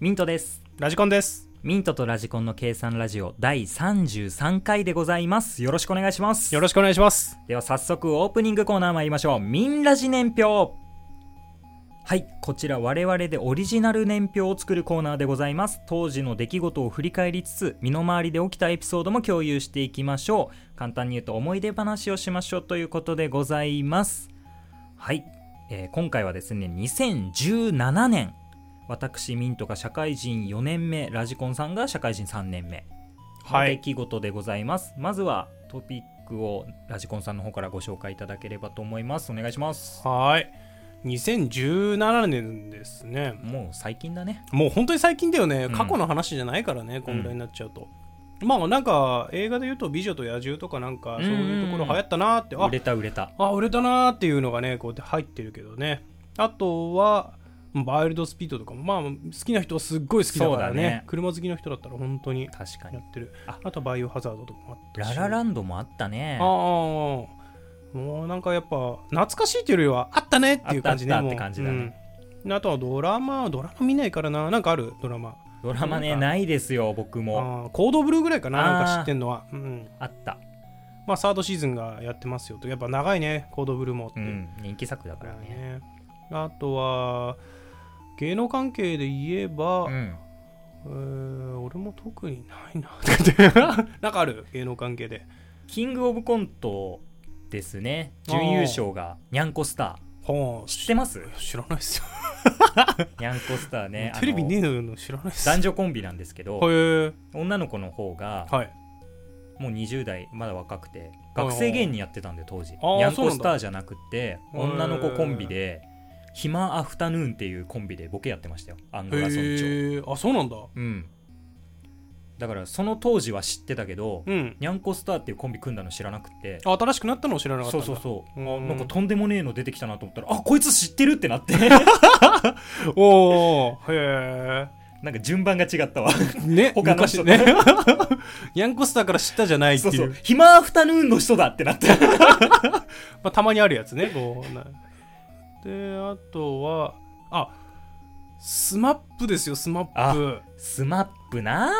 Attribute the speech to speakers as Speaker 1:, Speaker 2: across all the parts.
Speaker 1: ミントです
Speaker 2: ラジコンです。
Speaker 1: ミントとラジコンの計算ラジオ第33回でございますよろしくお願いします
Speaker 2: よろしくお願いします。
Speaker 1: では早速オープニングコーナー参りましょうミンラジ年表はいこちら我々でオリジナル年表を作るコーナーでございます当時の出来事を振り返りつつ身の回りで起きたエピソードも共有していきましょう簡単に言うと思い出話をしましょうということでございますはい、えー今回はですね2017年私ミントが社会人4年目ラジコンさんが社会人3年目の
Speaker 2: はい
Speaker 1: 出来事でございます、まずはトピックをラジコンさんの方からご紹介いただければと思いますお願いします
Speaker 2: はい。2017年ですね。
Speaker 1: もう最近だね
Speaker 2: もう本当に最近だよね。
Speaker 1: うん
Speaker 2: 過去の話じゃないからね、こんぐらいになっちゃうと。まあなんか映画で言うと「美女と野獣」とかなんか
Speaker 1: うん
Speaker 2: そういうところ流行ったなーって、あ
Speaker 1: 売れた売れた
Speaker 2: あ売れたなーっていうのがねこうやって入ってるけどねあとはワイルドスピードとかもまあ好きな人はすっごい好きだから
Speaker 1: そうだ
Speaker 2: ね
Speaker 1: ね
Speaker 2: 車好きの人だったら本当に
Speaker 1: 確かに
Speaker 2: やってる
Speaker 1: あ
Speaker 2: あとバイオハザードとかもあった
Speaker 1: ラ
Speaker 2: し
Speaker 1: ラランドもあったね
Speaker 2: ああもうなんかやっぱ懐かしいというよりはあったねっていう感じね
Speaker 1: あったあった
Speaker 2: もう
Speaker 1: って感じだね
Speaker 2: うんあとはドラマドラマ見ないからななんかあるドラマ
Speaker 1: ドラマね
Speaker 2: な
Speaker 1: なん
Speaker 2: か
Speaker 1: いですよ僕も
Speaker 2: あーコードブルーぐらいかななん
Speaker 1: あー
Speaker 2: か知ってんのはうん
Speaker 1: あった
Speaker 2: まあサードシーズンがやってますよとやっぱ長いねコードブルーもって
Speaker 1: う
Speaker 2: いうん
Speaker 1: 人気作だか
Speaker 2: だ
Speaker 1: ら
Speaker 2: よ
Speaker 1: ね
Speaker 2: ねあとは芸能関係で言えば、
Speaker 1: うん
Speaker 2: えー俺も特にないな とかってなんかある芸能関係で
Speaker 1: キングオブコントですね準優勝がニャンコスタ
Speaker 2: ほ
Speaker 1: ー
Speaker 2: う
Speaker 1: 知ってます
Speaker 2: 知らないっすよ、
Speaker 1: ニャンコスター ね
Speaker 2: テレビ
Speaker 1: あの
Speaker 2: ねえの知らないっす
Speaker 1: 男女コンビなんですけど
Speaker 2: へー
Speaker 1: 女の子の方が
Speaker 2: はい
Speaker 1: もう20代まだ若くて
Speaker 2: はい
Speaker 1: 学生芸人やってたんで当時ニ
Speaker 2: あー
Speaker 1: ャンコスターじゃなくて
Speaker 2: そうなんだ
Speaker 1: 女の子コンビで「暇アフタヌーン」っていうコンビでボケやってましたよアンゴラ村長
Speaker 2: へえあそうなんだ
Speaker 1: うんだからその当時は知ってたけど
Speaker 2: うん
Speaker 1: ニャンコスターっていうコンビ組んだの知らなくて
Speaker 2: あ新しくなったのを知らなかった
Speaker 1: そ
Speaker 2: ん
Speaker 1: う
Speaker 2: だ
Speaker 1: そうそうな
Speaker 2: う
Speaker 1: ん
Speaker 2: ん
Speaker 1: かとんでもねえの出てきたなと思ったらあこいつ知ってるってな って
Speaker 2: おおへ
Speaker 1: なんか順番が違ったわ
Speaker 2: えね
Speaker 1: 他の人
Speaker 2: 昔ねヤンコスターから知ったじゃないって
Speaker 1: そ
Speaker 2: いう
Speaker 1: うそう暇アフタヌーンの人だってなって
Speaker 2: まあ、たまにあるやつねこうなであとはあスマップですよスマップ
Speaker 1: スマップな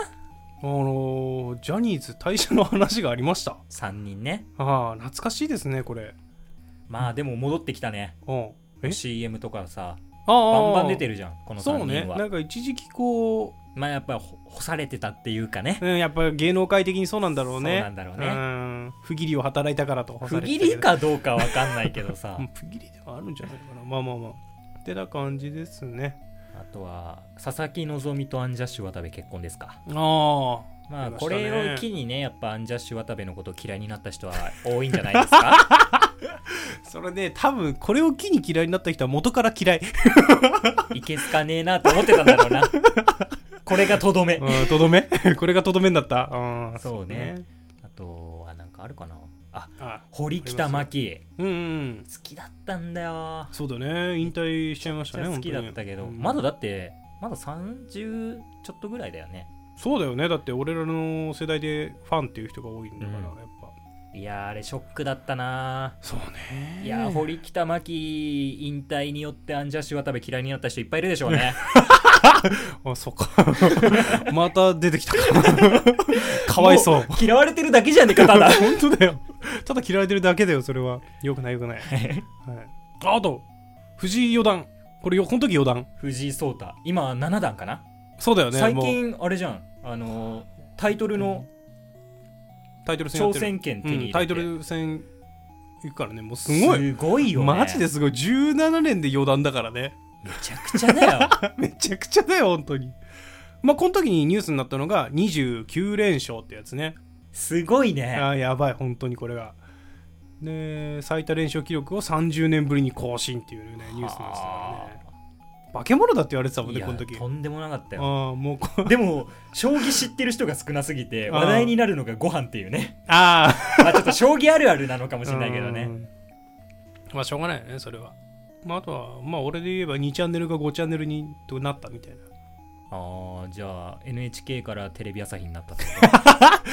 Speaker 2: あのージャニーズ退社の話がありました
Speaker 1: 3人ね
Speaker 2: ああ懐かしいですねこれ
Speaker 1: まあでも戻ってきたね
Speaker 2: うんえ
Speaker 1: CM とかさ
Speaker 2: ああ
Speaker 1: バンバン出て
Speaker 2: る
Speaker 1: るじゃんこの
Speaker 2: そ
Speaker 1: 3
Speaker 2: うね
Speaker 1: 人は、
Speaker 2: なんか一時期こ
Speaker 1: まあやっぱほ干されてたっていうかね
Speaker 2: う、うん、やっぱ芸能界的にそうなんだろうね
Speaker 1: そうなんだろうね
Speaker 2: ん不義理を働いたからと
Speaker 1: 不義理かどうかわかんないけどさ
Speaker 2: うん不義理ではあるんじゃないかなまあまあまあってな感じですね
Speaker 1: あとは佐々木希とアンジャッシュ渡部結婚ですか
Speaker 2: ああ
Speaker 1: まあ
Speaker 2: 出ま
Speaker 1: こ
Speaker 2: したね
Speaker 1: れを機にねやっぱアンジャッシュ渡部のことを嫌いになった人は多いんじゃないです か
Speaker 2: それで多分これを機に嫌いになった人は元から 嫌い
Speaker 1: いけつかねえなと思ってたんだろうなこれがとどめ、
Speaker 2: うんとどめ これがとどめになったうん
Speaker 1: そうねあとはなんかあるかなあ
Speaker 2: あ
Speaker 1: 堀北真希
Speaker 2: うんうん
Speaker 1: 好きだったんだよ
Speaker 2: そうだね引退しちゃいまし
Speaker 1: じ
Speaker 2: た
Speaker 1: ゃ
Speaker 2: ね
Speaker 1: あ好きだったけど、
Speaker 2: 本当に
Speaker 1: まだ
Speaker 2: うん
Speaker 1: だってまだ30ちょっとぐらいだよね
Speaker 2: そうだよねだって俺らの世代でファンっていう人が多いんだから、
Speaker 1: うん
Speaker 2: やっぱ
Speaker 1: いやーあれショックだったな
Speaker 2: そうね
Speaker 1: いやー堀北真希引退によってアンジャッシュ渡部嫌いになった人いっぱいいるでしょうね
Speaker 2: あそうか また出てきたか かわいそう
Speaker 1: も嫌われてるだけじゃねえかただ
Speaker 2: 本当だよただ嫌われてるだけだよそれはよくないよくない、はい、ああと藤井四段これよこの時四段
Speaker 1: 藤井聡太今7段かな、
Speaker 2: そうだよね
Speaker 1: 最
Speaker 2: もう
Speaker 1: 近あれじゃんあのータイトルの
Speaker 2: タイトル戦やっ
Speaker 1: 挑
Speaker 2: てる
Speaker 1: 戦権手に入れて、
Speaker 2: うん、タイトル戦行くからねもうすごい
Speaker 1: すごいよ、ね、
Speaker 2: マジですごい17年で余談だからね
Speaker 1: めちゃくちゃだよ
Speaker 2: めちゃくちゃだよ本当にまあこの時にニュースになったのが29連勝ってやつね
Speaker 1: すごいね
Speaker 2: あーやばい本当にこれがで最多連勝記録を30年ぶりに更新っていうねニュースなんですからね化け物だって言われてたもん
Speaker 1: い
Speaker 2: ね
Speaker 1: や
Speaker 2: この時
Speaker 1: とんでもなかったよ
Speaker 2: あーもうこ
Speaker 1: でも将棋知ってる人が少なすぎて
Speaker 2: あー
Speaker 1: 話題になるのがご飯っていうね
Speaker 2: あ
Speaker 1: まあちょっと将棋あるあるなのかも
Speaker 2: あ
Speaker 1: しれないけどね
Speaker 2: まあしょうがないよねそれはまああとはまあ俺で言えば2チャンネルが5チャンネルにとなったみたいな
Speaker 1: ああじゃあ NHK からテレビ朝日になったってこ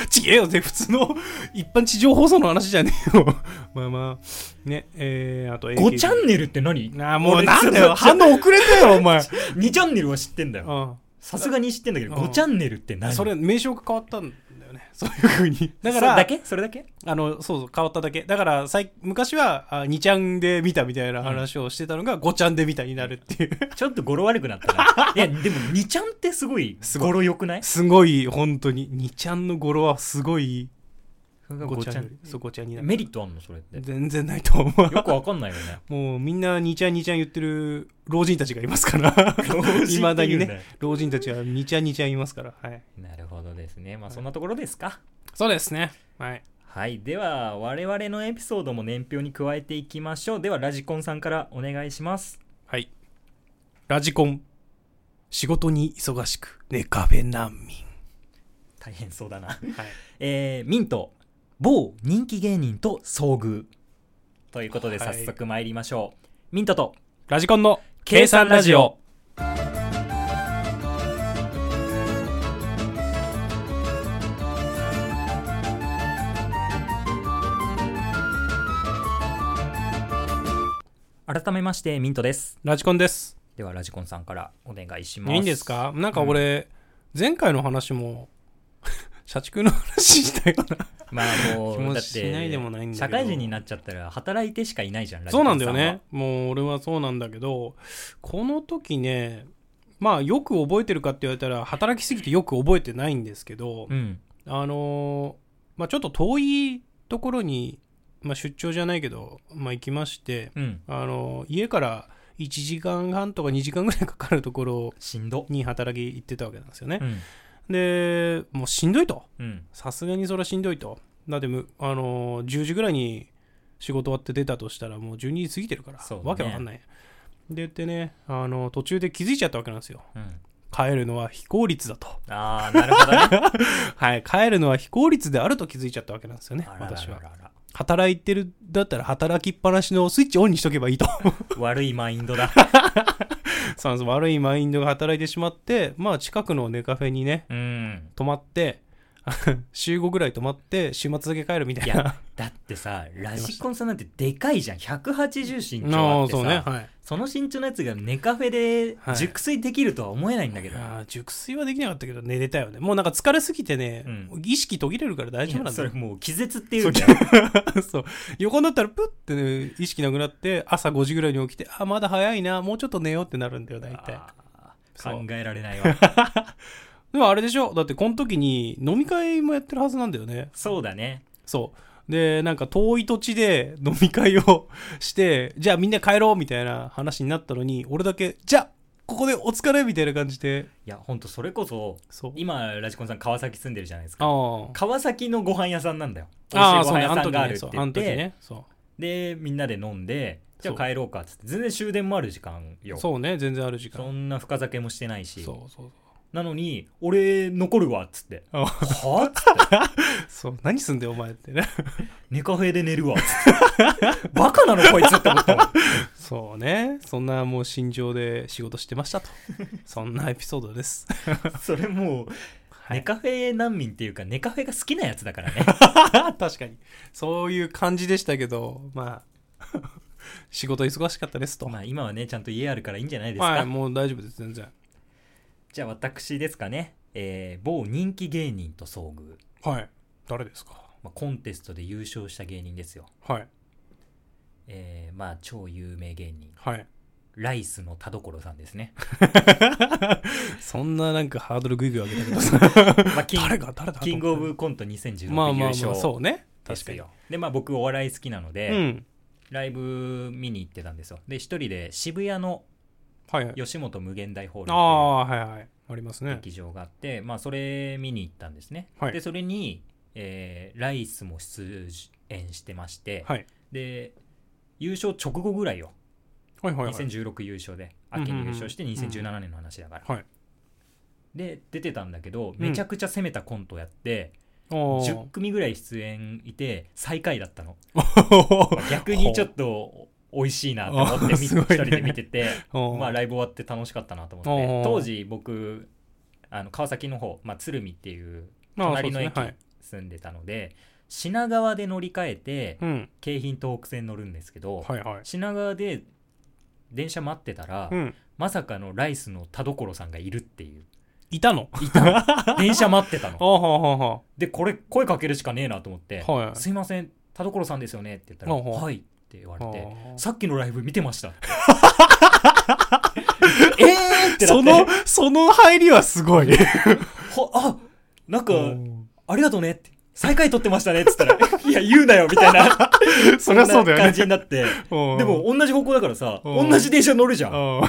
Speaker 1: と
Speaker 2: ちげえよぜ普 通の一般地上放送の話じゃねえよ まあまあねえー、あと AKB
Speaker 1: 5チャンネルって何
Speaker 2: あーもうなんだよ反応遅れんだよお前
Speaker 1: 2チャンネルは知ってんだよ
Speaker 2: あ
Speaker 1: さすがに知ってんだけど、
Speaker 2: うん
Speaker 1: 5チャンネルって何
Speaker 2: それ名称が変わったんだよね そういうふうにだか
Speaker 1: それ
Speaker 2: ら
Speaker 1: だけそれだけ
Speaker 2: あのそうそう変わっただけだからさい昔はあ2ちゃんで見たみたいな話をしてたのが5ちゃんで見たになるって いう
Speaker 1: ちょっと語呂悪くなった な。いや、でも、2ちゃんってすごい
Speaker 2: すごい
Speaker 1: 語呂良くない
Speaker 2: すごい本当に2ちゃんの語呂はすごい
Speaker 1: ごちゃん
Speaker 2: よりそう5ちゃんになる
Speaker 1: メリットあんのそれって。
Speaker 2: 全然ないと思う
Speaker 1: よくわかんないよ ね。
Speaker 2: もうみんな2ちゃん2ちゃん言ってる老人たちがいますから
Speaker 1: 老人っていう ね
Speaker 2: いまだにね老人たちは2ちゃん2ちゃんいますからはい
Speaker 1: なるほどですね。まあ、そんなところですか。
Speaker 2: そうですねはい
Speaker 1: はい。では、我々のエピソードも年表に加えていきましょう。では、ラジコンさんからお願いします。
Speaker 2: はいラジコン仕事に忙しくネカフェ難民
Speaker 1: 大変そうだな。
Speaker 2: はい
Speaker 1: えー、ミント、某人気芸人と遭遇。ということで、
Speaker 2: はい
Speaker 1: 早速参りましょう。ミントと、
Speaker 2: ラジコンの
Speaker 1: 計算ラジオ。改めまして、ミントです。
Speaker 2: ラジコンです
Speaker 1: では、ラジコンさんからお願いします。
Speaker 2: いいんですかなんか俺、前回の話も 社畜の話したよな
Speaker 1: まあも
Speaker 2: 気
Speaker 1: う、
Speaker 2: も
Speaker 1: だっ
Speaker 2: しないでもないん
Speaker 1: て、
Speaker 2: だけど
Speaker 1: 社会人になっちゃったら働いてしかいないじゃん、ラジコ
Speaker 2: そ
Speaker 1: ン
Speaker 2: う
Speaker 1: さ
Speaker 2: なんん
Speaker 1: は
Speaker 2: だよね。もう俺はそうなんだけどこの時ねまあよく覚えてるかって言われたら働きすぎてよく覚えてないんですけど、
Speaker 1: うん。
Speaker 2: あのーまあ、ちょっと遠いところに、まあ、出張じゃないけど、まあ、行きまして、
Speaker 1: うん。
Speaker 2: あのー家から1時間半とか2時間ぐらいかかるところ
Speaker 1: しんど。
Speaker 2: に働き行ってたわけなんですよね
Speaker 1: う、ん。
Speaker 2: でもうしんどいと
Speaker 1: うん。
Speaker 2: さすがにそれはしんどいとだってむ、あのー10時ぐらいに仕事終わって出たとしたらもう12時過ぎてるから、
Speaker 1: そうだね
Speaker 2: わけわかんないで言ってね、あのー途中で気づいちゃったわけなんですよ
Speaker 1: うん。
Speaker 2: 帰るのは非効率だと
Speaker 1: ああ、なるほど ね。
Speaker 2: はい帰るのは非効率であると気づいちゃったわけなんですよね
Speaker 1: あらららら
Speaker 2: 私は働いてるだったら働きっぱなしのスイッチオンにしとけばいいと
Speaker 1: 悪いマインドだ。
Speaker 2: そうなんです悪いマインドが働いてしまってまあ近くのネカフェにね
Speaker 1: うん。
Speaker 2: 泊まって 週5ぐらい泊まって週末だけ帰るみたい
Speaker 1: い
Speaker 2: な
Speaker 1: や、だってさ、ラジコンさんなんてでかいじゃん。180身長あ
Speaker 2: あ
Speaker 1: っ
Speaker 2: あ
Speaker 1: てさ、
Speaker 2: そう
Speaker 1: そ
Speaker 2: ねはい
Speaker 1: の身長のやつが寝カフェで
Speaker 2: はい
Speaker 1: 熟睡できるとは思えないんだけど。
Speaker 2: あー熟睡はできなかったけど寝れたよねもうなんか疲れすぎてね、
Speaker 1: う
Speaker 2: 意識途切れるから大
Speaker 1: い
Speaker 2: 丈夫
Speaker 1: や
Speaker 2: なんだ
Speaker 1: そ
Speaker 2: よ
Speaker 1: れもう気絶っていうんだよ。
Speaker 2: そう横になったらプッて、ね、意識なくなって朝5時ぐらいに起きてあーまだ早いなもうちょっと寝ようってなるんだよ大体
Speaker 1: あ
Speaker 2: そう
Speaker 1: ー考えられ ないわ。
Speaker 2: でもあれでしょだってこの時に飲み会もやってるはずなんだよね
Speaker 1: そうだね。
Speaker 2: そうでなんか遠い土地で飲み会をして じゃあみんな帰ろうみたいな話になったのに俺だけじゃあここでお疲れみたいな感じで
Speaker 1: いや、ほんとそれこそ、
Speaker 2: そう
Speaker 1: 今、ラジコンさん川崎住んでるじゃないです
Speaker 2: あ
Speaker 1: か。
Speaker 2: ー
Speaker 1: 川崎のご飯屋さんなんだよ。
Speaker 2: あー
Speaker 1: 美
Speaker 2: そう
Speaker 1: 味しいご飯屋
Speaker 2: ねあの
Speaker 1: さん
Speaker 2: 時
Speaker 1: があるっ
Speaker 2: ね
Speaker 1: て
Speaker 2: そうあ
Speaker 1: 言っ
Speaker 2: の
Speaker 1: て、
Speaker 2: 時ねそう
Speaker 1: で、みんなで飲んで、じゃ
Speaker 2: そ
Speaker 1: あ
Speaker 2: う
Speaker 1: 帰ろうかっつって、全然終電もある時間よ。
Speaker 2: そうね全然ある時間
Speaker 1: そんな深酒もしてないし。
Speaker 2: そうそう
Speaker 1: なのに、俺、残るわ、っつって。
Speaker 2: あ
Speaker 1: はっつって。
Speaker 2: そうそう何すんだよお前ってね
Speaker 1: 寝カフェで寝るわ、っつって。バカなの、こいつって思ったわ。
Speaker 2: そうねそんなもう心情で仕事してま したとそんなエピソードです
Speaker 1: それもう、
Speaker 2: はい
Speaker 1: 寝カフェ難民っていうか、寝カフェが好きなやつだからね。
Speaker 2: 確かにそういう感じでしたけどまあ 仕事忙しかったですと、
Speaker 1: まあ、今はね、ちゃんと家あるからいいんじゃないですか。
Speaker 2: はいもう大丈夫です全然
Speaker 1: じゃあ、私ですかね。えー某人気芸人と遭遇。
Speaker 2: はい誰ですか
Speaker 1: まあ、コンテストで優勝した芸人ですよ。
Speaker 2: はい
Speaker 1: えーまあ、超有名芸人。
Speaker 2: はい
Speaker 1: ライスの田所さんですね。
Speaker 2: そんななんかハードルグイグイ上げたけど
Speaker 1: まあ、キン
Speaker 2: 誰が誰だ
Speaker 1: キングオブコント2016優勝。
Speaker 2: まあまあまあそうね
Speaker 1: です
Speaker 2: 確かに
Speaker 1: よでまあ僕お笑い好きなので、
Speaker 2: うん
Speaker 1: ライブ見に行ってたんですよで一人で渋谷の
Speaker 2: はいはい
Speaker 1: 吉本無限大ホール
Speaker 2: あ
Speaker 1: っ
Speaker 2: あはいはいあります
Speaker 1: ていう
Speaker 2: ね
Speaker 1: 劇場があってまあそれ見に行ったんですね、
Speaker 2: はい
Speaker 1: でそれに、えーライスも出演してまして、
Speaker 2: はい
Speaker 1: で優勝直後ぐらいよ
Speaker 2: はいはいはい
Speaker 1: 2016優勝で
Speaker 2: うんうん
Speaker 1: 秋に優勝して2017年の話だから、
Speaker 2: はい
Speaker 1: で出てたんだけど
Speaker 2: ん
Speaker 1: めちゃくちゃ攻めたコントやって、
Speaker 2: お
Speaker 1: 10
Speaker 2: ー
Speaker 1: 組ぐらい出演いて最下位だったの 逆にちょっと美味しいなと思って
Speaker 2: あ
Speaker 1: み一、
Speaker 2: すごいね
Speaker 1: 人で見てて、
Speaker 2: おー
Speaker 1: まあ、ライブ終わって楽しかったなと思
Speaker 2: お
Speaker 1: っ
Speaker 2: う
Speaker 1: て当時僕あの川崎の方、まあ、鶴見っていう
Speaker 2: まあ
Speaker 1: 隣の駅
Speaker 2: そうですね
Speaker 1: 住
Speaker 2: はい
Speaker 1: んでたので品川で乗り換えて
Speaker 2: うん
Speaker 1: 京浜東北線乗るんですけど、
Speaker 2: はい はい
Speaker 1: 品川で電車待ってたら、
Speaker 2: うん
Speaker 1: まさかのライスの田所さんがいるっていう
Speaker 2: いたの
Speaker 1: い た電車待ってた
Speaker 2: あ
Speaker 1: の
Speaker 2: ははは
Speaker 1: でこれ声かけるしかねえなと思って「
Speaker 2: はい
Speaker 1: すいません田所さんですよね」って言ったら「
Speaker 2: ほうほう
Speaker 1: はい」って言われて「
Speaker 2: あー
Speaker 1: さっきのライブ見てました」ええーってなって
Speaker 2: そのその入りはすごい
Speaker 1: ほあなんか
Speaker 2: うん
Speaker 1: ありがとうねって最下位取ってましたねっつったら 「いや言うなよ」みたいな
Speaker 2: そりゃそうだ
Speaker 1: んな
Speaker 2: よ
Speaker 1: 感じ
Speaker 2: ね
Speaker 1: になって
Speaker 2: で
Speaker 1: でも同じ方向だからさ
Speaker 2: う
Speaker 1: 同
Speaker 2: ん
Speaker 1: じ電車乗るじゃん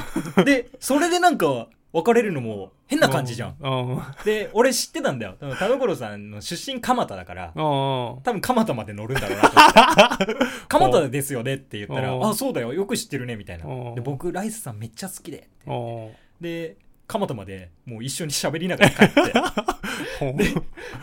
Speaker 1: でそれでなんか別れるのも変な感じじゃん
Speaker 2: うん
Speaker 1: で俺知ってたんだよ多分田所さんの出身蒲田だから
Speaker 2: うん
Speaker 1: 多分蒲田まで乗るんだろうなと思 って蒲田ですよねって言ったら「
Speaker 2: おう
Speaker 1: あそうだよよく知ってるね」みたいな
Speaker 2: おう
Speaker 1: で僕ライスさんめっちゃ好きでって
Speaker 2: うん
Speaker 1: で蒲田までもう一緒に喋りながら帰って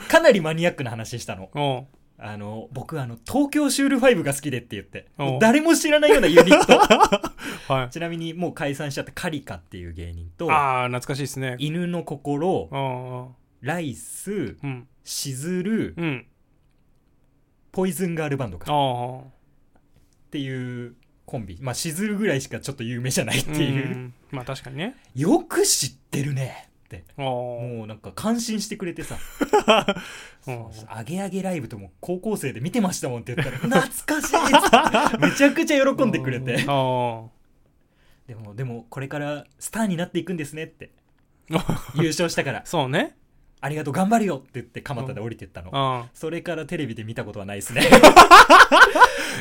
Speaker 1: かなりマニアックな話したの
Speaker 2: うん
Speaker 1: あの僕あの東京シュール5が好きでって言って
Speaker 2: おう
Speaker 1: もう誰も知らないようなユニッ ト
Speaker 2: はい
Speaker 1: ちなみにもう解散しちゃったカリカっていう芸人と
Speaker 2: ああ懐かしいですね
Speaker 1: 犬の心
Speaker 2: うんうん
Speaker 1: ライス
Speaker 2: うん
Speaker 1: しずる
Speaker 2: うん
Speaker 1: ポイズンガールバンドか
Speaker 2: あ
Speaker 1: っていうコンビまあしずるぐらいしかちょっと有名じゃないって
Speaker 2: あ
Speaker 1: いう、
Speaker 2: んまあ確かにね
Speaker 1: よく知ってるねって
Speaker 2: うん
Speaker 1: もうなんか感心してくれてさ
Speaker 2: うん
Speaker 1: 「アゲアゲライブ」とも高校生で見てましたもんって言ったら「懐かしい!」 ってめちゃくちゃ喜んでくれて
Speaker 2: ああ
Speaker 1: でもでもこれからスターになっていくんですね って優勝したから
Speaker 2: そうね
Speaker 1: 「ありがとう頑張るよ」って言って蒲田で降りてったの
Speaker 2: うん
Speaker 1: それからテレビで見たことはないです ね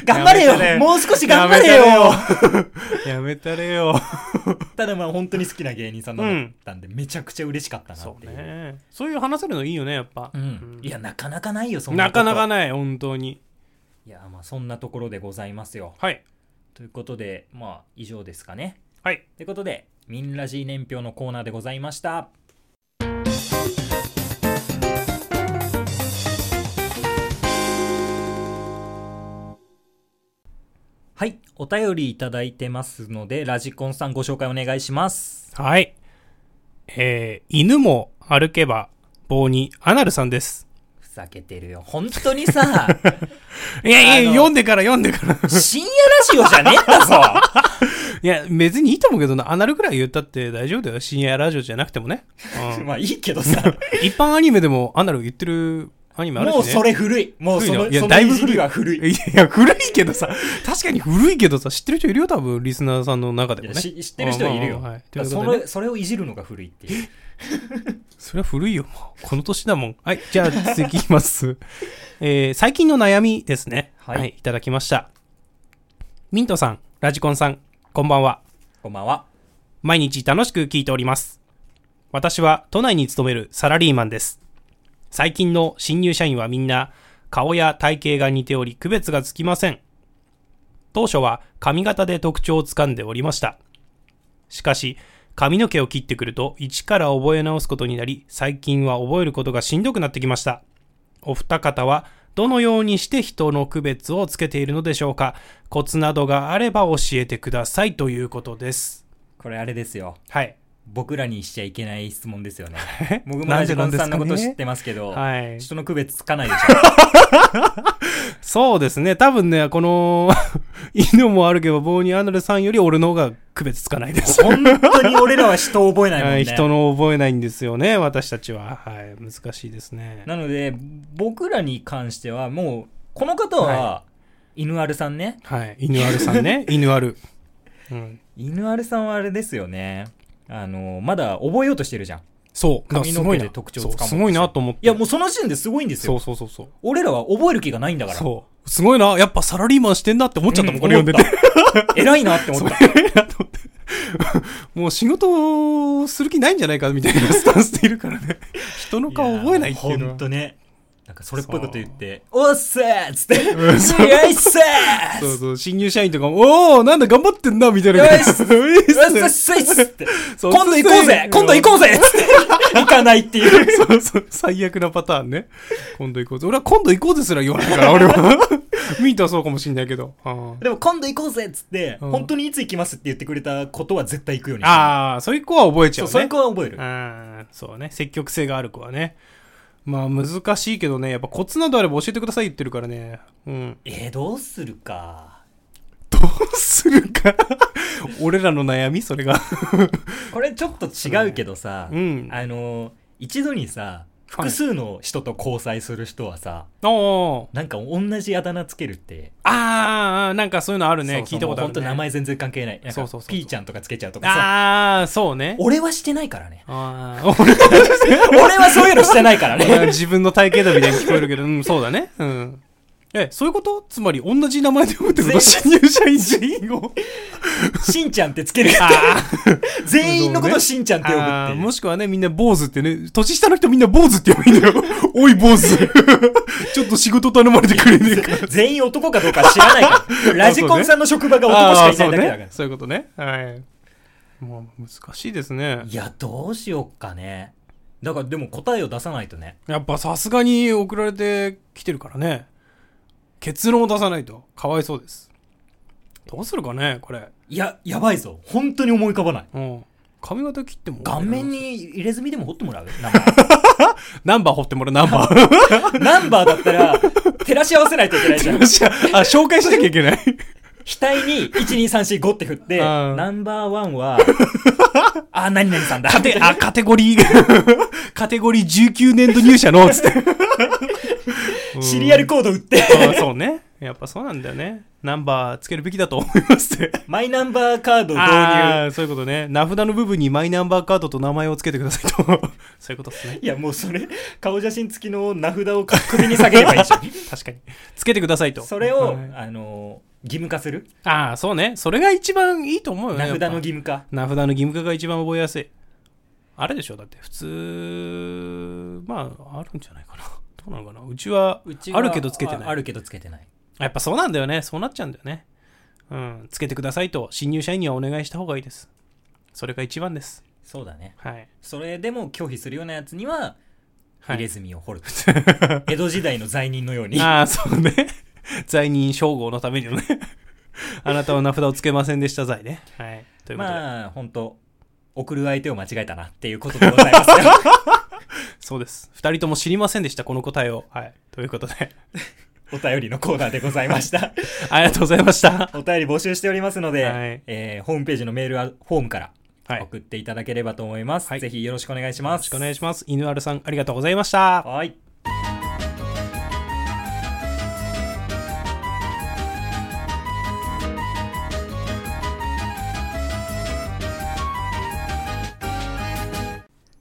Speaker 1: 頑張れよ、
Speaker 2: やめてね
Speaker 1: もう少し頑張れよ
Speaker 2: やめたれよやめたれよ
Speaker 1: ただまあ本当に好きな芸人さんだったんで、めちゃくちゃ嬉しかったなっ
Speaker 2: そう
Speaker 1: ていう
Speaker 2: ねそういう話せるのいいよねやっぱ
Speaker 1: うん
Speaker 2: う、ん
Speaker 1: いやなかなかないよそんな
Speaker 2: な
Speaker 1: こと
Speaker 2: かなかない本当に
Speaker 1: いやまあそんなところでございますよ
Speaker 2: はい
Speaker 1: ということでまあ以上ですかね
Speaker 2: はい
Speaker 1: ということで「ミンラジー年表」のコーナーでございましたはいお便りいただいてますのでラジコンさんご紹介お願いします
Speaker 2: はいえー犬も歩けば棒にアナルさんです
Speaker 1: ふざけてるよ本当に さ
Speaker 2: いやい
Speaker 1: あ
Speaker 2: や
Speaker 1: の
Speaker 2: 読んでから読んでから
Speaker 1: 深夜ラジオじゃねえんだぞ
Speaker 2: いや別にいいと思うけどなアナルくらい言ったって大丈夫だよ深夜ラジオじゃなくてもね、うん
Speaker 1: まあいいけどさ、
Speaker 2: 一般アニメでもアナル言ってるアニメあるし
Speaker 1: も
Speaker 2: ね
Speaker 1: うそれ古い。もうその、
Speaker 2: 古いよいや
Speaker 1: その
Speaker 2: だいぶ
Speaker 1: いじりは古い。
Speaker 2: いやいや古いけどさ確かに古いけどさ知ってる人いるよ多分リスナーさんの中で
Speaker 1: い
Speaker 2: も
Speaker 1: や
Speaker 2: ね
Speaker 1: し知ってる人はいるよ。
Speaker 2: うんうんうんはい
Speaker 1: だから
Speaker 2: という
Speaker 1: そ
Speaker 2: ことでね
Speaker 1: れそれをいじるのが古いっていう。
Speaker 2: それは古いよ。もうこの年だもん。はい。じゃあ、続きます。 えー最近の悩みですね。
Speaker 1: はい
Speaker 2: い。いただきました。ミントさん、ラジコンさん、こんばんは。
Speaker 1: こんばんは。
Speaker 2: 毎日楽しく聞いております。私は都内に勤めるサラリーマンです。最近の新入社員はみんな顔や体型が似ており区別がつきません。当初は髪型で特徴をつかんでおりました。しかし、髪の毛を切ってくると一から覚え直すことになり、最近は覚えることがしんどくなってきました。お二方はどのようにして人の区別をつけているのでしょうかコツなどがあれば教えてくださいということです。
Speaker 1: これあれですよ。
Speaker 2: はい。
Speaker 1: 僕らにしちゃいけない質問ですよね。
Speaker 2: え
Speaker 1: 僕も
Speaker 2: な
Speaker 1: ラ
Speaker 2: ん
Speaker 1: ジ
Speaker 2: で
Speaker 1: コ
Speaker 2: なん
Speaker 1: ン
Speaker 2: です
Speaker 1: さ
Speaker 2: か
Speaker 1: ん
Speaker 2: ね
Speaker 1: のこと知ってますけど、
Speaker 2: はい。
Speaker 1: 人の区別つかないでし
Speaker 2: そうですね。多分ね、この、 犬も歩けば棒にアナルさんより俺の方が区別つかないです。
Speaker 1: ょ。本当に俺らは人を覚え ないもん
Speaker 2: は
Speaker 1: ね。
Speaker 2: い、人の覚えないんですよね、私たちは。はい、難しいですね。
Speaker 1: なので、僕らに関してはもう、この方は、犬丸さんね。
Speaker 2: はい、犬あるさ んね、犬ある。うん、
Speaker 1: 犬丸さんはあれですよね。あの、まだ覚えようとしてるじゃん。い
Speaker 2: そう、
Speaker 1: 髪の毛
Speaker 2: すごいな
Speaker 1: で特徴をつかもうと
Speaker 2: そうすごいなと思って。
Speaker 1: や、もうその時点ですごいんです
Speaker 2: そ
Speaker 1: よ
Speaker 2: う。そうそうそう。
Speaker 1: 俺らは覚える気がないんだから。
Speaker 2: そう。すごいな、やっぱサラリーマンしてんなって思っちゃったもん、
Speaker 1: う
Speaker 2: これ読んでて。
Speaker 1: 思った偉いなって 思った。
Speaker 2: もう仕事をする気ないんじゃないかみたいなスタンスでいるからね。人の顔覚えないっていうの
Speaker 1: や
Speaker 2: は
Speaker 1: ほん。とね。なんかそれっぽいこと言って、おっせーっつって、よいっせ
Speaker 2: そ
Speaker 1: ー
Speaker 2: う
Speaker 1: よいっせ
Speaker 2: そうそう、新入社員とかも、おー、なんだ頑張ってんな、みたいな。
Speaker 1: よし
Speaker 2: ういっす
Speaker 1: っせーっつって、
Speaker 2: そう
Speaker 1: 今度行こうぜ今度行こうぜっつって、行かないっていう。
Speaker 2: そうそう、最悪なパターンね。今度行こうぜ。俺は今度行こうぜすら言わないから、俺は。 ミートはそうかもしんないけど。あ
Speaker 1: でも今度行こうぜっつって、
Speaker 2: うん
Speaker 1: 本当にいつ行きますって言ってくれたことは絶対行くようにしてる
Speaker 2: あー、そういう子は覚えちゃ
Speaker 1: そうう、
Speaker 2: ね。
Speaker 1: それは覚える。
Speaker 2: うん、そうね。積極性がある子はね。まあ、難しいけどね。やっぱコツなどあれば教えてください言ってるからね。うん。
Speaker 1: えー、どうするか。
Speaker 2: どするか。 俺らの悩み、それが。
Speaker 1: これちょっと違うけどさ、
Speaker 2: うん。あ
Speaker 1: あの一度にさ複数の人と交際する人はさ、
Speaker 2: ー
Speaker 1: なんか同じあだ名つけるって
Speaker 2: あー、なんかそういうのある
Speaker 1: そ
Speaker 2: ね。
Speaker 1: うそう
Speaker 2: 聞いたことある、ね。
Speaker 1: もうほんと名前全然関係ないなんか
Speaker 2: そうそうそう
Speaker 1: ピーちゃんとかつけちゃうとかさ
Speaker 2: ああ、そうね。
Speaker 1: 俺はしてないからね
Speaker 2: ああ、 俺
Speaker 1: 俺はそういうのしてないから
Speaker 2: 俺は
Speaker 1: ね
Speaker 2: 自分の体型だみたいに聞こえるけど、うん、そうだね。うん。え、そういうことつまり、同じ名前で呼ぶってこと新入社員全員 を。
Speaker 1: しんちゃんってつける
Speaker 2: あ
Speaker 1: 全員のことをしんちゃんって呼ぶっ
Speaker 2: あ
Speaker 1: て
Speaker 2: ー、もしくはね、みんな坊主ってね、年下の人みんな坊主って呼ぶんだよ。 おい坊主。 ちょっと仕事頼まれてくれねえか。
Speaker 1: 全員男かどうか知らないからラジコンさんの職場が男しかいないだけだ
Speaker 2: あーそう
Speaker 1: か
Speaker 2: ね。そういうことね。はい。もう、難しいですね
Speaker 1: ら。いやどうしよっかねだからでも答えを出さないとね
Speaker 2: やっぱさすがに送られてきてるからね。結論を出さないと。かわいそうです。どうするかね、これ。
Speaker 1: いややばいぞ本当に思い浮かばない
Speaker 2: うん。髪型切っても。
Speaker 1: 顔面。に入れ墨でも彫ってもらうナンバ
Speaker 2: ナンバー掘ってもらう、ナンバー。
Speaker 1: ーナンバーだったら照らし合わせないといけない じゃん
Speaker 2: よっしゃあ、紹介しなきゃいけない。
Speaker 1: 額に12345って振って、
Speaker 2: うん
Speaker 1: ナンバーワン は、あ、何々さんだ。
Speaker 2: カテ、あ、カテゴリー、 カテゴリー19年度入社の、つって。
Speaker 1: シリアルコード売って、
Speaker 2: あ そうね。やっぱそうなんだよね。ナンバーつけるべきだと思います って。
Speaker 1: マイナンバーカード導入。
Speaker 2: あーそういうことね。名札の部分にマイナンバーカードと名前をつけてくださいと。 そういうことですね。
Speaker 1: いや、もうそれ、顔写真付きの名札を首に下げればいいじ ゃん。
Speaker 2: 確かに。つけてくださいと。
Speaker 1: それを
Speaker 2: はい、
Speaker 1: あの、義務化する。
Speaker 2: ああ、そうね。それが一番いいと思うよね。
Speaker 1: 名札の
Speaker 2: やっぱ
Speaker 1: 義務化。
Speaker 2: 名札の義務化が一番覚えやすい。あれでしょだって普通、まあ、あるんじゃないかな。 どうなのかなうちは、あるけどつけてない
Speaker 1: ああるけどつけてない。
Speaker 2: やっぱそうなんだよね。そうなっちゃうんだよね。うん。つけてくださいと、新入社員にはお願いした方がいいです。それが一番です。
Speaker 1: そうだね。
Speaker 2: はい。
Speaker 1: それでも拒否するようなやつには、
Speaker 2: は
Speaker 1: 入れ
Speaker 2: い、
Speaker 1: 墨を掘る。江戸時代の罪人のように。
Speaker 2: ああ、そうね。 在任称号のためにのね。 あなたは名札をつけませんでした罪ね。はい。ということで、
Speaker 1: まあ、本当送る相手を間違えたなっていうことでござい ますよ。
Speaker 2: そうです。二人とも知りませんでした、この答えを。はい。ということで、
Speaker 1: お便りのコーナーでございま した。
Speaker 2: ありがとうございました。
Speaker 1: お便り募集しておりますので、
Speaker 2: はい
Speaker 1: えーホームページのメールはフォームか
Speaker 2: はい
Speaker 1: ら送っていただければと思います。
Speaker 2: はい
Speaker 1: ぜひよろしくお願いし
Speaker 2: よ
Speaker 1: ま
Speaker 2: ろ
Speaker 1: す。
Speaker 2: しくお願いします。犬丸さん、ありがとうございました。
Speaker 1: はい。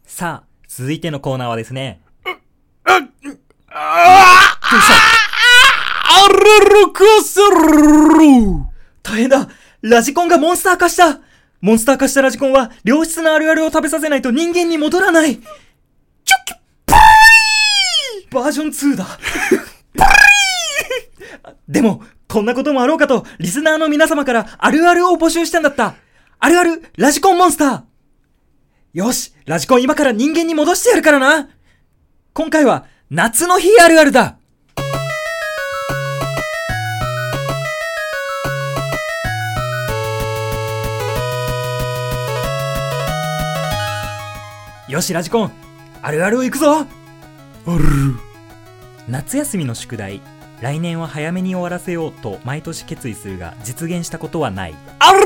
Speaker 1: さあ、続いてのコーナーはですね、
Speaker 2: ああらろかせろ
Speaker 1: 大変だラジコンがモンスター化したモンスター化したラジコンは良質なあるあるを食べさせないと人間に戻らないチョキプバージョン2だでも、こんなこともあろうかと、リスナーの皆様からあるあるを募集したんだったあるあるラジコンモンスターよしラジコン今から人間に戻してやるからな今回は、夏の日あるあるだよし、ラジコン、あるあるを行くぞ
Speaker 2: ある
Speaker 1: 夏休みの宿題、来年は早めに終わらせようと毎年決意するが、実現したことはない。
Speaker 2: ある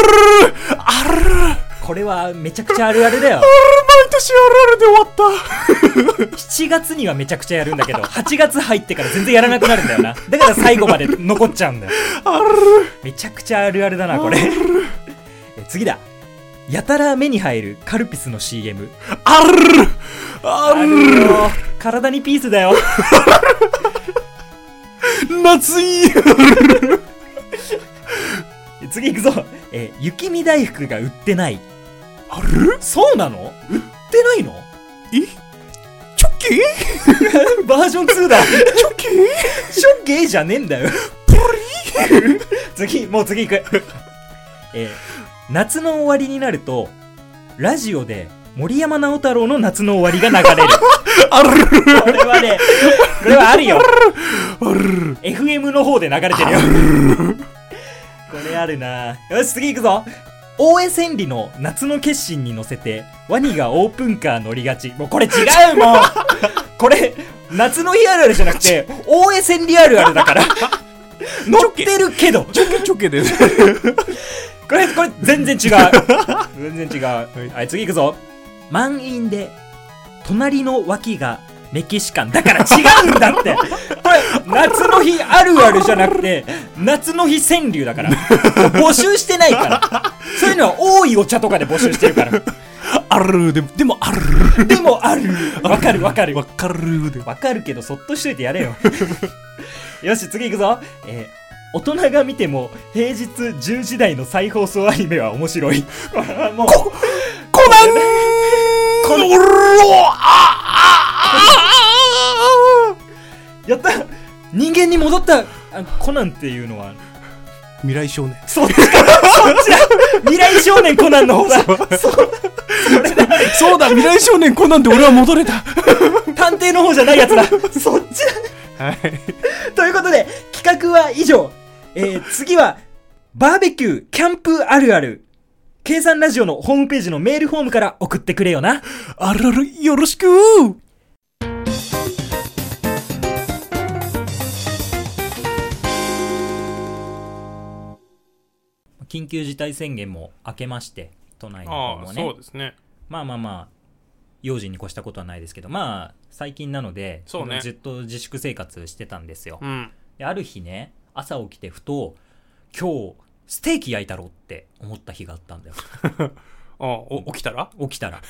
Speaker 2: あるある
Speaker 1: これはめちゃくちゃあるあるだ よ。
Speaker 2: 毎年あるあるで終わった
Speaker 1: 7月にはめちゃくちゃやるんだけど、8月入ってから全然やらなくなるんだよな。だから最後まで残っちゃうんだよ。
Speaker 2: ある
Speaker 1: めちゃくちゃあるあるだな、これ。え次だ。やたら目に入るカルピスの CM。
Speaker 2: ある
Speaker 1: あ
Speaker 2: あ
Speaker 1: るよ体にピースだよ。
Speaker 2: る夏いい
Speaker 1: 次行くぞ。えー雪見大福が売ってない。
Speaker 2: ある
Speaker 1: そうなの売ってないの
Speaker 2: チョキ
Speaker 1: バージョン2だ。
Speaker 2: チョキ
Speaker 1: ショッゲーじゃねえんだよ。次、もう次行く。えー夏の終わりになると、ラジオで森山直太朗の夏の終わりが流れる。
Speaker 2: ある
Speaker 1: これはね、これはあるよ。
Speaker 2: ある
Speaker 1: FM の方で流れてるよ。これあるなよし、次行くぞ。大江千里の夏の決心に乗せて、ワニがオープンカー乗りがち。もうこれ違うもんこれ、夏の日あるあるじゃなくて、大江千里あるあるだから。
Speaker 2: の
Speaker 1: ちょけてるけど
Speaker 2: ちょけちょけでね
Speaker 1: これこれ全然違う全然違うはい次いくぞ満員で隣の脇がメキシカンだから違うんだってこれ夏の日あるあるじゃなくて夏の日川柳だから募集してないからそういうのは多いお茶とかで募集してるから
Speaker 2: あるでもでもある
Speaker 1: でもあるわかるわかる
Speaker 2: わかるで
Speaker 1: わかるけどそっとしといてやれよよし次行くぞ、えー大人が見ても平日10時台の再放送アニメは面白いこれはもうこ
Speaker 2: コナン
Speaker 1: この
Speaker 2: おろあああ
Speaker 1: やった人間に戻ったあコナンっていうのは
Speaker 2: 未来少年
Speaker 1: そっちかそっちだ未来少年コナンの方だそうそれだ
Speaker 2: そうだ未来少年コナンで俺は戻れた
Speaker 1: 探偵の方じゃないやつだそっちだ
Speaker 2: はい
Speaker 1: ということで、企画は以上。 えー、次は、バーベキュー、キャンプあるある。計算ラジオのホームページのメールフォームから送ってくれよな。
Speaker 2: あるあるよろしく
Speaker 1: 緊急事態宣言も明けまして、都内の方
Speaker 2: あ
Speaker 1: も
Speaker 2: あ
Speaker 1: ね。
Speaker 2: そうですね
Speaker 1: まあまあまあ、用心に越したことはないですけど、まあ、最近なので、
Speaker 2: そうね
Speaker 1: ずっと自粛生活してたんですよ
Speaker 2: う。ん
Speaker 1: である日ね、朝起きてふと、今日、ステーキ焼いたろって思った日があったんだよ。
Speaker 2: あお起きたら
Speaker 1: 起き たら。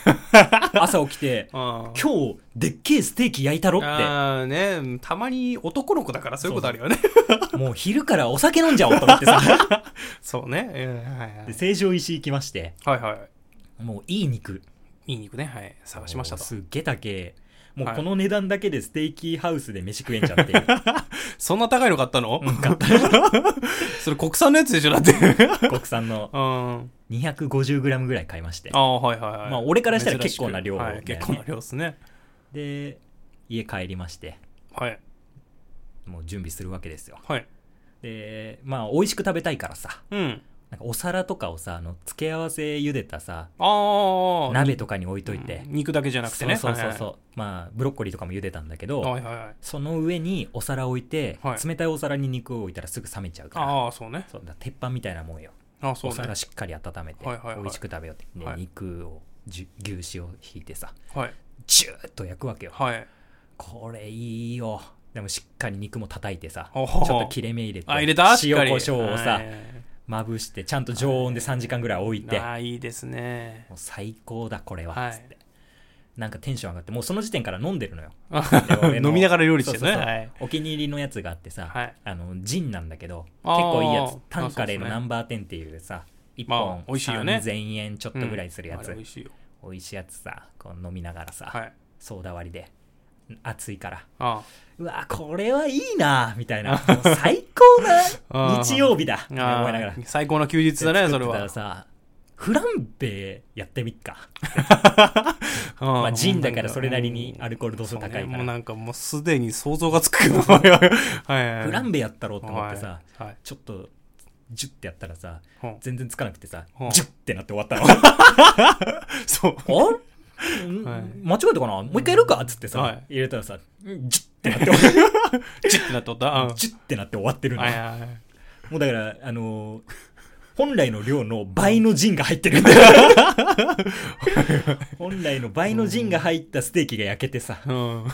Speaker 1: 朝起きて、
Speaker 2: あ
Speaker 1: 今日でっけえステーキ焼いたろっ
Speaker 2: ああねたまに男の子だからそういうことあるよね
Speaker 1: てもう昼からお酒飲んじゃおうと思ってさ
Speaker 2: そうねえーはい
Speaker 1: で成城石井行きまして
Speaker 2: はいはいはい
Speaker 1: もういい肉
Speaker 2: いい肉ねはい探しました
Speaker 1: も
Speaker 2: と
Speaker 1: うすっげえ高えもう
Speaker 2: はい
Speaker 1: この値段だけでステーキハウスで飯食えんじゃっていう
Speaker 2: そんな高いの買ったの、
Speaker 1: うん買った
Speaker 2: それ国産のやつでしょ だって
Speaker 1: 国産の
Speaker 2: うん。
Speaker 1: 2 5 0ムぐらい買いまして
Speaker 2: ああ、はいはいはい。
Speaker 1: まあ俺からしたら結構な量
Speaker 2: 珍
Speaker 1: だよ
Speaker 2: しくはい。
Speaker 1: ね
Speaker 2: 結構な量ですね。
Speaker 1: で家帰りまして
Speaker 2: はい。
Speaker 1: もう準備するわけですよ
Speaker 2: はい。
Speaker 1: でまあ美味しく食べたいからさ
Speaker 2: うん。
Speaker 1: なんかお皿とかをさあの付け合わせ茹でたさ
Speaker 2: ああ。
Speaker 1: 鍋とかに置いといて
Speaker 2: うん肉だけじゃなくてね。
Speaker 1: そうそうそうそう、まあブロッコリーとかも茹でたんだけど、
Speaker 2: はいはいはい。
Speaker 1: その上にお皿置いて、
Speaker 2: はい
Speaker 1: 冷たいお皿に肉を置いたらすぐ冷めちゃうから
Speaker 2: ああ、そうね。
Speaker 1: そうだ鉄板みたいなもんよ、
Speaker 2: ああ、そう
Speaker 1: お
Speaker 2: ね
Speaker 1: 皿。しっかり温めて、
Speaker 2: はいはいはい
Speaker 1: 美味しく食べようって、で
Speaker 2: はい
Speaker 1: 肉をじゅ牛脂を引いてさ
Speaker 2: はい。
Speaker 1: ジューッと焼くわけよ
Speaker 2: はい。
Speaker 1: これいいよでもしっかり肉も叩いてさちょ
Speaker 2: お
Speaker 1: っ
Speaker 2: ほほ
Speaker 1: と切れ目入れて
Speaker 2: あ、入れたしっか
Speaker 1: 塩
Speaker 2: り。
Speaker 1: コショウを
Speaker 2: は
Speaker 1: さ
Speaker 2: い
Speaker 1: まぶしてちゃんと常温で3時間ぐらい置いて、
Speaker 2: ああ、いいですね。
Speaker 1: もう最高だこれは、
Speaker 2: はい
Speaker 1: つってなんかテンション上がってもうその時点から飲んでるのよ俺の
Speaker 2: 飲みながら料理して
Speaker 1: そうそうそう
Speaker 2: ね。
Speaker 1: お気に入りのやつがあってさ、
Speaker 2: はい
Speaker 1: あのジンなんだけど結
Speaker 2: あー
Speaker 1: 構いいやつタン
Speaker 2: あそ
Speaker 1: カ
Speaker 2: うで
Speaker 1: レーの
Speaker 2: すね
Speaker 1: ナンバー10っていうさ1
Speaker 2: まあ
Speaker 1: 本
Speaker 2: 美味しいよね
Speaker 1: 3000円ちょっ
Speaker 2: はい。
Speaker 1: とぐらいするやつ、
Speaker 2: うんあれ美味しいよ。
Speaker 1: 美味しいやつさこう飲みながらさ、
Speaker 2: はい。
Speaker 1: ソーダ割りで熱いから
Speaker 2: あ
Speaker 1: うわこれはいいなみ たいなもう最高
Speaker 2: あ
Speaker 1: な
Speaker 2: ー
Speaker 1: 日曜日だ
Speaker 2: あ
Speaker 1: 思いながら
Speaker 2: ー。最高の休日だね、それ
Speaker 1: 作ってたら
Speaker 2: は。
Speaker 1: さフランベやってみっか、
Speaker 2: ま
Speaker 1: まあ、ジンだからそれなりにアルコール度数高いから、
Speaker 2: もうなんかもうすでに想像がつくよ。 はいはいはい。
Speaker 1: フランベやったろうと
Speaker 2: と
Speaker 1: 思ってさ、
Speaker 2: はい。
Speaker 1: ちょっとジュッてやったらさ
Speaker 2: はい
Speaker 1: 全然つかなくてさ
Speaker 2: うん
Speaker 1: ジュッてなって終わった のあ
Speaker 2: そう。
Speaker 1: れん
Speaker 2: はい
Speaker 1: 間違えたかなもう一回やるかっつって
Speaker 2: は
Speaker 1: さ
Speaker 2: い
Speaker 1: 入れたらさジュッてなって終わ っ
Speaker 2: ジってなっとった。うん。
Speaker 1: ジュッてなって終わってるの
Speaker 2: はい
Speaker 1: も
Speaker 2: はいはい。
Speaker 1: うだからあのー本来の量の倍のジンが入 ってるんだ本来の倍のジンが入ったステーキが焼けてさ、
Speaker 2: うん。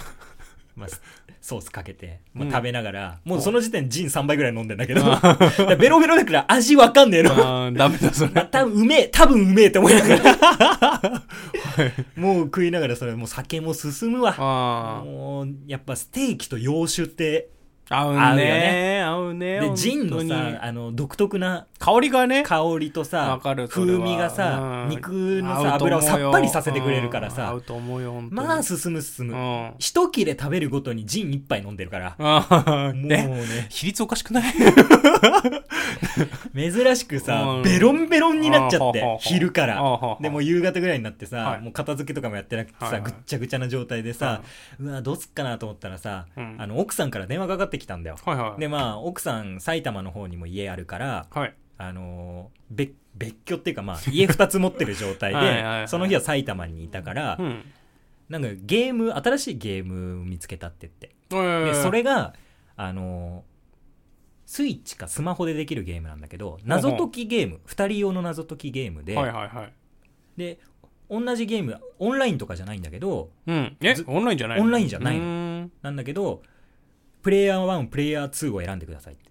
Speaker 1: まあ、スソースかけて、ま
Speaker 2: う
Speaker 1: あ、
Speaker 2: ん
Speaker 1: 食べながら、もうその時点ジン3杯ぐらい飲んでんだけど だからベロベロだから味わかんねえの
Speaker 2: あーダメだそれ。
Speaker 1: まあ、多分うめえ、多分うめえって思いながら。 もう食いながらそれ、もう酒も進むわ。
Speaker 2: あ
Speaker 1: もう、やっぱステーキと洋酒って、
Speaker 2: あ。合うね。合うね。
Speaker 1: で、ジンの
Speaker 2: 本当に
Speaker 1: さ、あの、独特な
Speaker 2: 香りがね。
Speaker 1: 香りとさ
Speaker 2: わ、かる。それ
Speaker 1: 風
Speaker 2: は
Speaker 1: 味がさ
Speaker 2: う、ん
Speaker 1: 肉の
Speaker 2: 合
Speaker 1: さ、
Speaker 2: うと
Speaker 1: 油
Speaker 2: 思う
Speaker 1: を
Speaker 2: よ
Speaker 1: さっぱりさせてくれるから
Speaker 2: うん合
Speaker 1: さ
Speaker 2: う、と思うよ、本当に
Speaker 1: まあ、進む進
Speaker 2: う
Speaker 1: む。
Speaker 2: ん。あ
Speaker 1: 一切れ食べるごとにジン一杯飲んでるから、
Speaker 2: あ。
Speaker 1: もう
Speaker 2: ね。
Speaker 1: ね、
Speaker 2: 比率おかしくない
Speaker 1: 珍しく
Speaker 2: う
Speaker 1: さ
Speaker 2: ん、
Speaker 1: ベロンベロンになっちゃっ
Speaker 2: あはは
Speaker 1: て、昼から。
Speaker 2: ら
Speaker 1: でもう夕方ぐらいになってさ、
Speaker 2: はい
Speaker 1: もう片付けとかもやってなくてさ、
Speaker 2: はいはい
Speaker 1: ぐっちゃぐちゃな状態でさ、うわどうすっかなと思ったらさ、
Speaker 2: うん
Speaker 1: あの奥さんから電話かかってきたんだよ、
Speaker 2: はいはい。
Speaker 1: でまあ奥さん埼玉の方にも家あるから
Speaker 2: はい。
Speaker 1: あのー別別居っていうかまあ家2つ持ってる状態で
Speaker 2: はいはいはい
Speaker 1: その日は埼玉にいたから、
Speaker 2: うん。
Speaker 1: なんかゲーム新しいゲーム見つけたって言って、
Speaker 2: えー
Speaker 1: でそれがあのースイッチかスマホでできるゲームなんだけど謎解きゲーム2人用の謎解きゲームで、
Speaker 2: はいはいはい。
Speaker 1: で同じゲームオンラインとかじゃないんだけど
Speaker 2: うん。え
Speaker 1: ず、
Speaker 2: オンラインじゃないの
Speaker 1: オンラインじゃないうの
Speaker 2: ーん
Speaker 1: なんだけどプレイヤー1プレイヤー2を選んでくださいって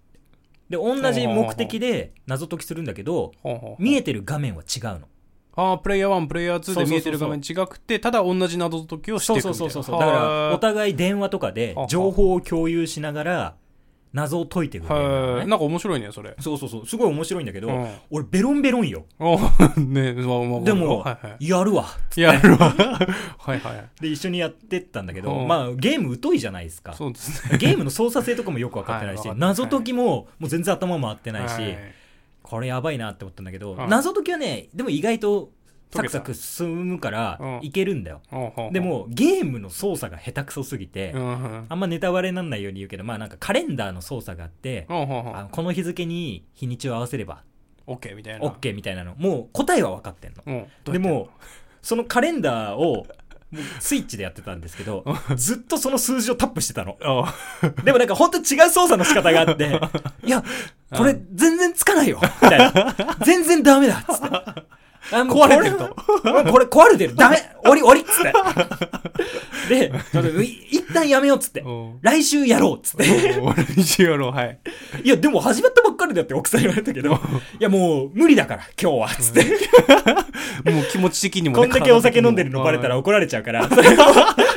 Speaker 1: で同じ目的で謎解きするんだけど
Speaker 2: ほうほう
Speaker 1: 見えてる画面は違うの
Speaker 2: ああ、プレイヤー1、プレイヤー2で見えてる
Speaker 1: そ
Speaker 2: 画
Speaker 1: うそ
Speaker 2: 面
Speaker 1: う
Speaker 2: 違くて、ただ同じ謎解きをしていくみたいな。
Speaker 1: だから
Speaker 2: は
Speaker 1: お互い電話とかで
Speaker 2: はあ
Speaker 1: 情報を共有しながら謎を解いていく
Speaker 2: い
Speaker 1: ゲームなの
Speaker 2: はい。
Speaker 1: ね
Speaker 2: なんか面白いね、それ。
Speaker 1: そうそうそうすごい面白いんだけど、
Speaker 2: うん
Speaker 1: 俺ベロンベロンよ
Speaker 2: おねまあまあまあ
Speaker 1: でも、
Speaker 2: はいは
Speaker 1: やるわ
Speaker 2: い。やる わ。はいはい。
Speaker 1: で一緒にやってったんだけど、
Speaker 2: うん
Speaker 1: まあゲーム疎いじゃないですか
Speaker 2: そうですね。
Speaker 1: ゲームの操作性とかもよく分かってないし、
Speaker 2: はいわかんない
Speaker 1: 謎解きももう全然頭回ってないし、
Speaker 2: はい
Speaker 1: これやばいなって思ったんだけど、
Speaker 2: はい
Speaker 1: 謎解きはねでも意外とサクサク進むから
Speaker 2: うん
Speaker 1: いけるんだよ、
Speaker 2: ほうほうほう
Speaker 1: で、もゲームの操作が下手くそすぎて、
Speaker 2: うんうん
Speaker 1: あんまネタバレになんないように言うけどまあなんかカレンダーの操作があって、
Speaker 2: ほうほうほう
Speaker 1: あのこの日付に日にちを合わせれば
Speaker 2: オッケーみたいな。
Speaker 1: OK みたいなのもう答えは分かってんの
Speaker 2: うん。
Speaker 1: でも、そのカレンダーを、もうスイッチでやってたんですけど、ずっとその数字をタップしてたの。
Speaker 2: あ
Speaker 1: でもなんか本当に違う操作の仕方があ って、いや、これ全然つかないよみたいな。全然ダメだっつって。あもう
Speaker 2: 壊れてると
Speaker 1: これはもうこれ壊れてるダメ終わり終わりっつって。で、ちょっとい一旦やめようっつって
Speaker 2: う。ん。
Speaker 1: 来週やろうっ つって。
Speaker 2: 俺にしようはい。
Speaker 1: いや、でも始まったばっかりだって奥さん言われたけど、いやもう無理だから今日はっつって。
Speaker 2: もう気持ち的にもね。
Speaker 1: こんだけお酒飲んでるのバレたら怒られちゃうから、 それを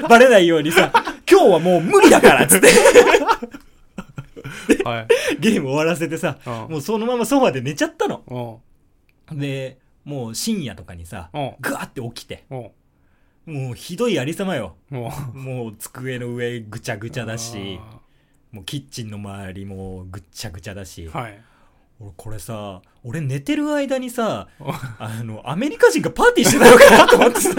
Speaker 1: バレないようにさ、今日はもう無理だからっつ って、
Speaker 2: 体はい。
Speaker 1: ゲーム終わらせてさ、
Speaker 2: うん
Speaker 1: もうそのままソファで寝ちゃったの。
Speaker 2: うん。
Speaker 1: で、もう深夜とかにさ
Speaker 2: うん、
Speaker 1: ぐわって起きて、
Speaker 2: うん。
Speaker 1: もうひどいありさまよ。
Speaker 2: も
Speaker 1: もう机の上ぐちゃぐちゃ
Speaker 2: う。
Speaker 1: だし、もうキッチンの周りもぐっちゃぐちゃだし、
Speaker 2: はい。
Speaker 1: 俺これさ、俺寝てる間にさ、あの、アメリカ人がパーティーしてたのかなと思って さ、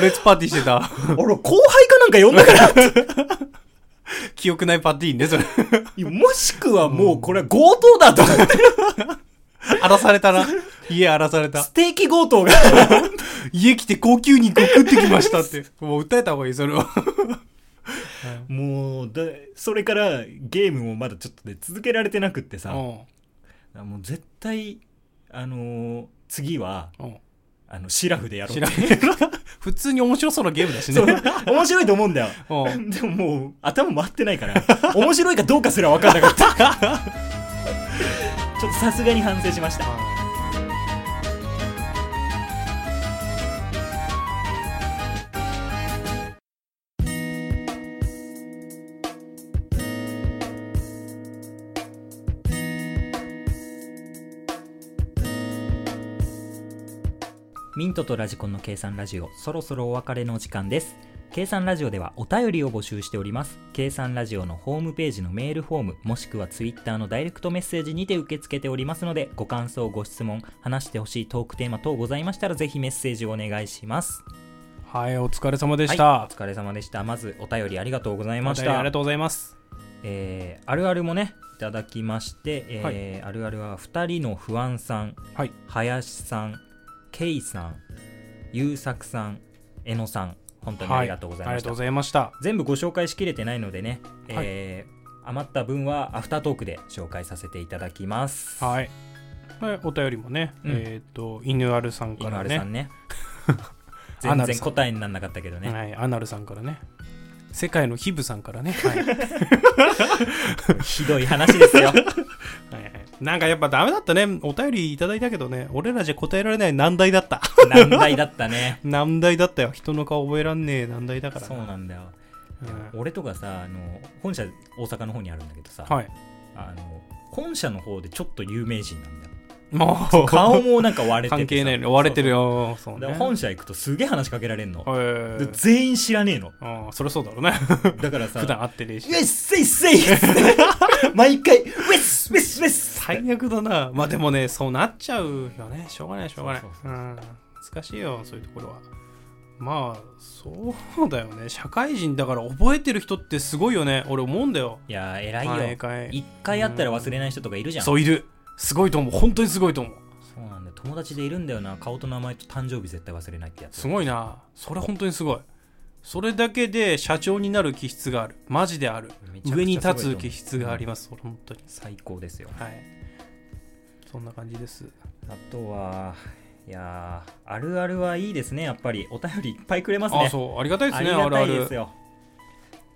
Speaker 2: レッツパーティーしてた。
Speaker 1: 俺後輩かなんか呼んだから
Speaker 2: 記憶ないパーティーね、それ。
Speaker 1: いやもしくはもうこれは強盗だと思って、
Speaker 2: 荒らされたな。家荒らされた
Speaker 1: ス。テーキ強盗が
Speaker 2: 家来て高級肉を食ってきましたって。もう訴えた方がいい、それは。
Speaker 1: もうだそれからゲームもまだちょっとね続けられてなくって
Speaker 2: う
Speaker 1: さ、
Speaker 2: ん。
Speaker 1: もう絶対あのー次は
Speaker 2: うん。
Speaker 1: あのシラフでやろう
Speaker 2: 知
Speaker 1: っ
Speaker 2: ら
Speaker 1: て
Speaker 2: ん。普通に面白そうなゲームだし
Speaker 1: そう
Speaker 2: ね。
Speaker 1: 面白いと思うんだよ
Speaker 2: うん。
Speaker 1: でももう頭回ってないから面白いかどうかすら分かんなかった ちょっとさすがに反省しましたミントとラジコンの計算ラジオ、そろそろお別れのお時間です。計算ラジオではお便りを募集しております。計算ラジオのホームページのメールフォーム、もしくはツイッターのダイレクトメッセージにて受け付けておりますので、ご感想、ご質問、話してほしいトークテーマ等ございましたら、ぜひメッセージをお願いします。
Speaker 2: はい、お疲れ様でし
Speaker 1: はい
Speaker 2: た
Speaker 1: お。疲れ様でした。まずお便りありがとうござい
Speaker 2: お
Speaker 1: まし
Speaker 2: 便りあ
Speaker 1: た
Speaker 2: りが。とうございます。
Speaker 1: えー、あるあるもね、いただきまして、えーあるあるは2人の不安さん、
Speaker 2: はい。
Speaker 1: 林さん、ケイさん、優作さん、えのさん、本当にありがとうござい
Speaker 2: あり
Speaker 1: ま
Speaker 2: が
Speaker 1: し
Speaker 2: と
Speaker 1: た。
Speaker 2: うございました。
Speaker 1: 全部ご紹介しきれてないのでね、
Speaker 2: はい
Speaker 1: えー余った分はアフタートークで紹介させていただきます。
Speaker 2: はい。はいお便りもね、
Speaker 1: うん
Speaker 2: えっと、犬あるさん
Speaker 1: い
Speaker 2: か
Speaker 1: のあ
Speaker 2: ら
Speaker 1: るさ
Speaker 2: ね。
Speaker 1: んね。
Speaker 2: ア
Speaker 1: 全
Speaker 2: ナル
Speaker 1: 然
Speaker 2: さん
Speaker 1: 答えにならなかったけどね。
Speaker 2: はい、アナルさんからね。世界のヒブさんからね。はい。はい
Speaker 1: ひどい話です よ。
Speaker 2: はいなんかやっぱダメだったね。お便りいただいたけどね、俺らじゃ答えられない難題だった。
Speaker 1: 難題だったね。
Speaker 2: 難題だったよ。人の顔覚えらんねえ難題だから
Speaker 1: そう
Speaker 2: な。
Speaker 1: なんだよ。
Speaker 2: うん
Speaker 1: 俺とかさ、あの本社大阪の方にあるんだけどさ、
Speaker 2: はい。
Speaker 1: あの本社の方でちょっと有名人 なんだよ。
Speaker 2: もう、
Speaker 1: 顔もなんか割れててさ
Speaker 2: 関係ないの。追われてるよ。
Speaker 1: そ
Speaker 2: そう
Speaker 1: う
Speaker 2: ね。
Speaker 1: だから本社行くとすげえ話しかけられんの。
Speaker 2: はい
Speaker 1: で全員知らね えの。
Speaker 2: ああ、そりゃそうだろうね。
Speaker 1: だからさ、
Speaker 2: 普段会ってねえ
Speaker 1: ウ
Speaker 2: し。
Speaker 1: ェッセイセイ 毎回、ウェッスウェッスウェッス
Speaker 2: 最悪だな。まあでもね、そうなっちゃうよね。しょうがない、しょうがない。。
Speaker 1: そうそううそうん
Speaker 2: 難しいよ、そういうところは。まあ、そうだよね。社会人だから覚えてる人ってすごいよね。俺思うんだよ。
Speaker 1: いやー、偉い
Speaker 2: 毎
Speaker 1: よ。
Speaker 2: 回。
Speaker 1: 一回会ったら忘れない人とかいるじゃん。
Speaker 2: そういる。すごいと思う。本当にすごいと思う。
Speaker 1: そうなんだよ。友達でいるんだよな。顔と名前と誕生日絶対忘れないってやつ。
Speaker 2: すごいな。それ本当にすごい。それだけで社長になる気質があるマジである
Speaker 1: めちゃくちゃ
Speaker 2: 上に立
Speaker 1: すごい
Speaker 2: つ
Speaker 1: と思う
Speaker 2: 気質があります本当に
Speaker 1: 最高ですよ
Speaker 2: はいそんな感じです
Speaker 1: あとはいやーあるあるはいいですねやっぱりお便りいっぱいくれますね
Speaker 2: あそうありがたいです
Speaker 1: あ
Speaker 2: ね
Speaker 1: り
Speaker 2: あ
Speaker 1: が
Speaker 2: るあ
Speaker 1: たいです
Speaker 2: る
Speaker 1: よ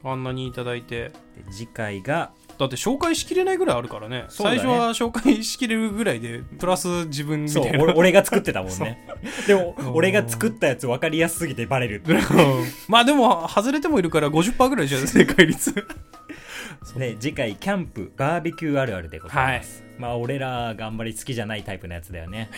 Speaker 2: あんなにいただいて
Speaker 1: で次回が
Speaker 2: だって紹介しきれないぐらいあるからね
Speaker 1: そうだ
Speaker 2: 最
Speaker 1: ね
Speaker 2: 初は紹介しきれるぐらいでプラス自分みた
Speaker 1: そう
Speaker 2: いな
Speaker 1: 俺俺が作ってたもんねでも
Speaker 2: うん
Speaker 1: 俺が作ったやつ分かりやすすぎてバレ る
Speaker 2: まあでも外れてもいるから50%ぐらいじゃな い正解率
Speaker 1: で次回キャンプバーベキューあるあるでございます、まあ俺らがあんまり好きじゃないタイプのやつだよね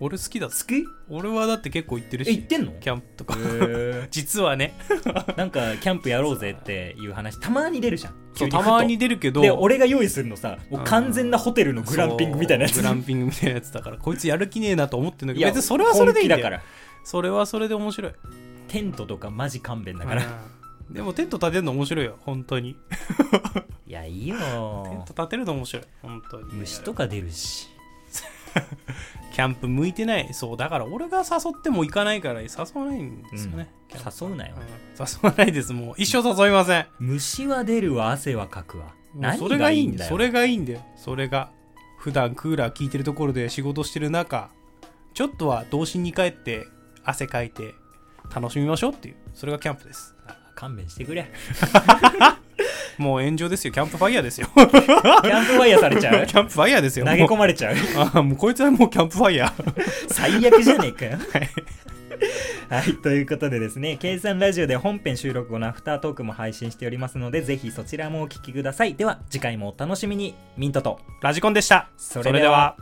Speaker 2: 俺好きだっす
Speaker 1: 好き
Speaker 2: 俺はだって結構行ってる
Speaker 1: え言っ
Speaker 2: して
Speaker 1: んの
Speaker 2: キャンプとか
Speaker 1: へ
Speaker 2: 実はね
Speaker 1: ー なんかキャンプやろうぜっていう話たまに出るじゃん急
Speaker 2: そう
Speaker 1: にふ
Speaker 2: た
Speaker 1: と
Speaker 2: まに出るけど
Speaker 1: で俺が用意するのさもう完全なホテルのグランピングみたいなや
Speaker 2: そ
Speaker 1: つ
Speaker 2: うグランピングみたいなやつだからこいつやる気ねえなと思ってんだけ
Speaker 1: い
Speaker 2: ど
Speaker 1: や
Speaker 2: 別にそれはそれでいいんだ
Speaker 1: 本気
Speaker 2: よ
Speaker 1: だから
Speaker 2: それはそれで面白い
Speaker 1: テントとかマジ勘弁だから、
Speaker 2: うんでもテント立てるの面白いよ本当に
Speaker 1: いやいいよ
Speaker 2: テン
Speaker 1: ー
Speaker 2: ト立てるの面白い本当に
Speaker 1: 虫とか出るし
Speaker 2: キャンプ向いてないそうだから俺が誘っても行かないから誘わないんですよね、
Speaker 1: うん
Speaker 2: キャンプ
Speaker 1: 誘うなよ
Speaker 2: うん誘わないですもう一生誘いません
Speaker 1: 虫は出るわ汗はかくわ
Speaker 2: もう
Speaker 1: 何
Speaker 2: それが
Speaker 1: が
Speaker 2: い
Speaker 1: い
Speaker 2: い
Speaker 1: い
Speaker 2: ん
Speaker 1: ん
Speaker 2: だ
Speaker 1: だ
Speaker 2: よ
Speaker 1: よ
Speaker 2: それがいいんだよそれが普段クーラー効いてるところで仕事してる中ちょっとは童心に帰って汗かいて楽しみましょうっていうそれがキャンプです
Speaker 1: あ勘弁してく れ
Speaker 2: もう炎上ですよキャンプファイヤーですよ
Speaker 1: キャンプファイヤーされち
Speaker 2: キ
Speaker 1: ゃう
Speaker 2: ャンプファイヤーです
Speaker 1: 投
Speaker 2: よ
Speaker 1: げ
Speaker 2: も
Speaker 1: 込まれちゃう
Speaker 2: う あーもうこいつはもうキャンプファイヤー
Speaker 1: 最悪じゃねえかよ。 はい、ということでですね、計算ラジオで本編収録後のアフタートークも配信しておりますので、ぜひそちらもお聞きください。では、次回もお楽しみに。ミントと。
Speaker 2: ラジコンでした
Speaker 1: そ
Speaker 2: それでは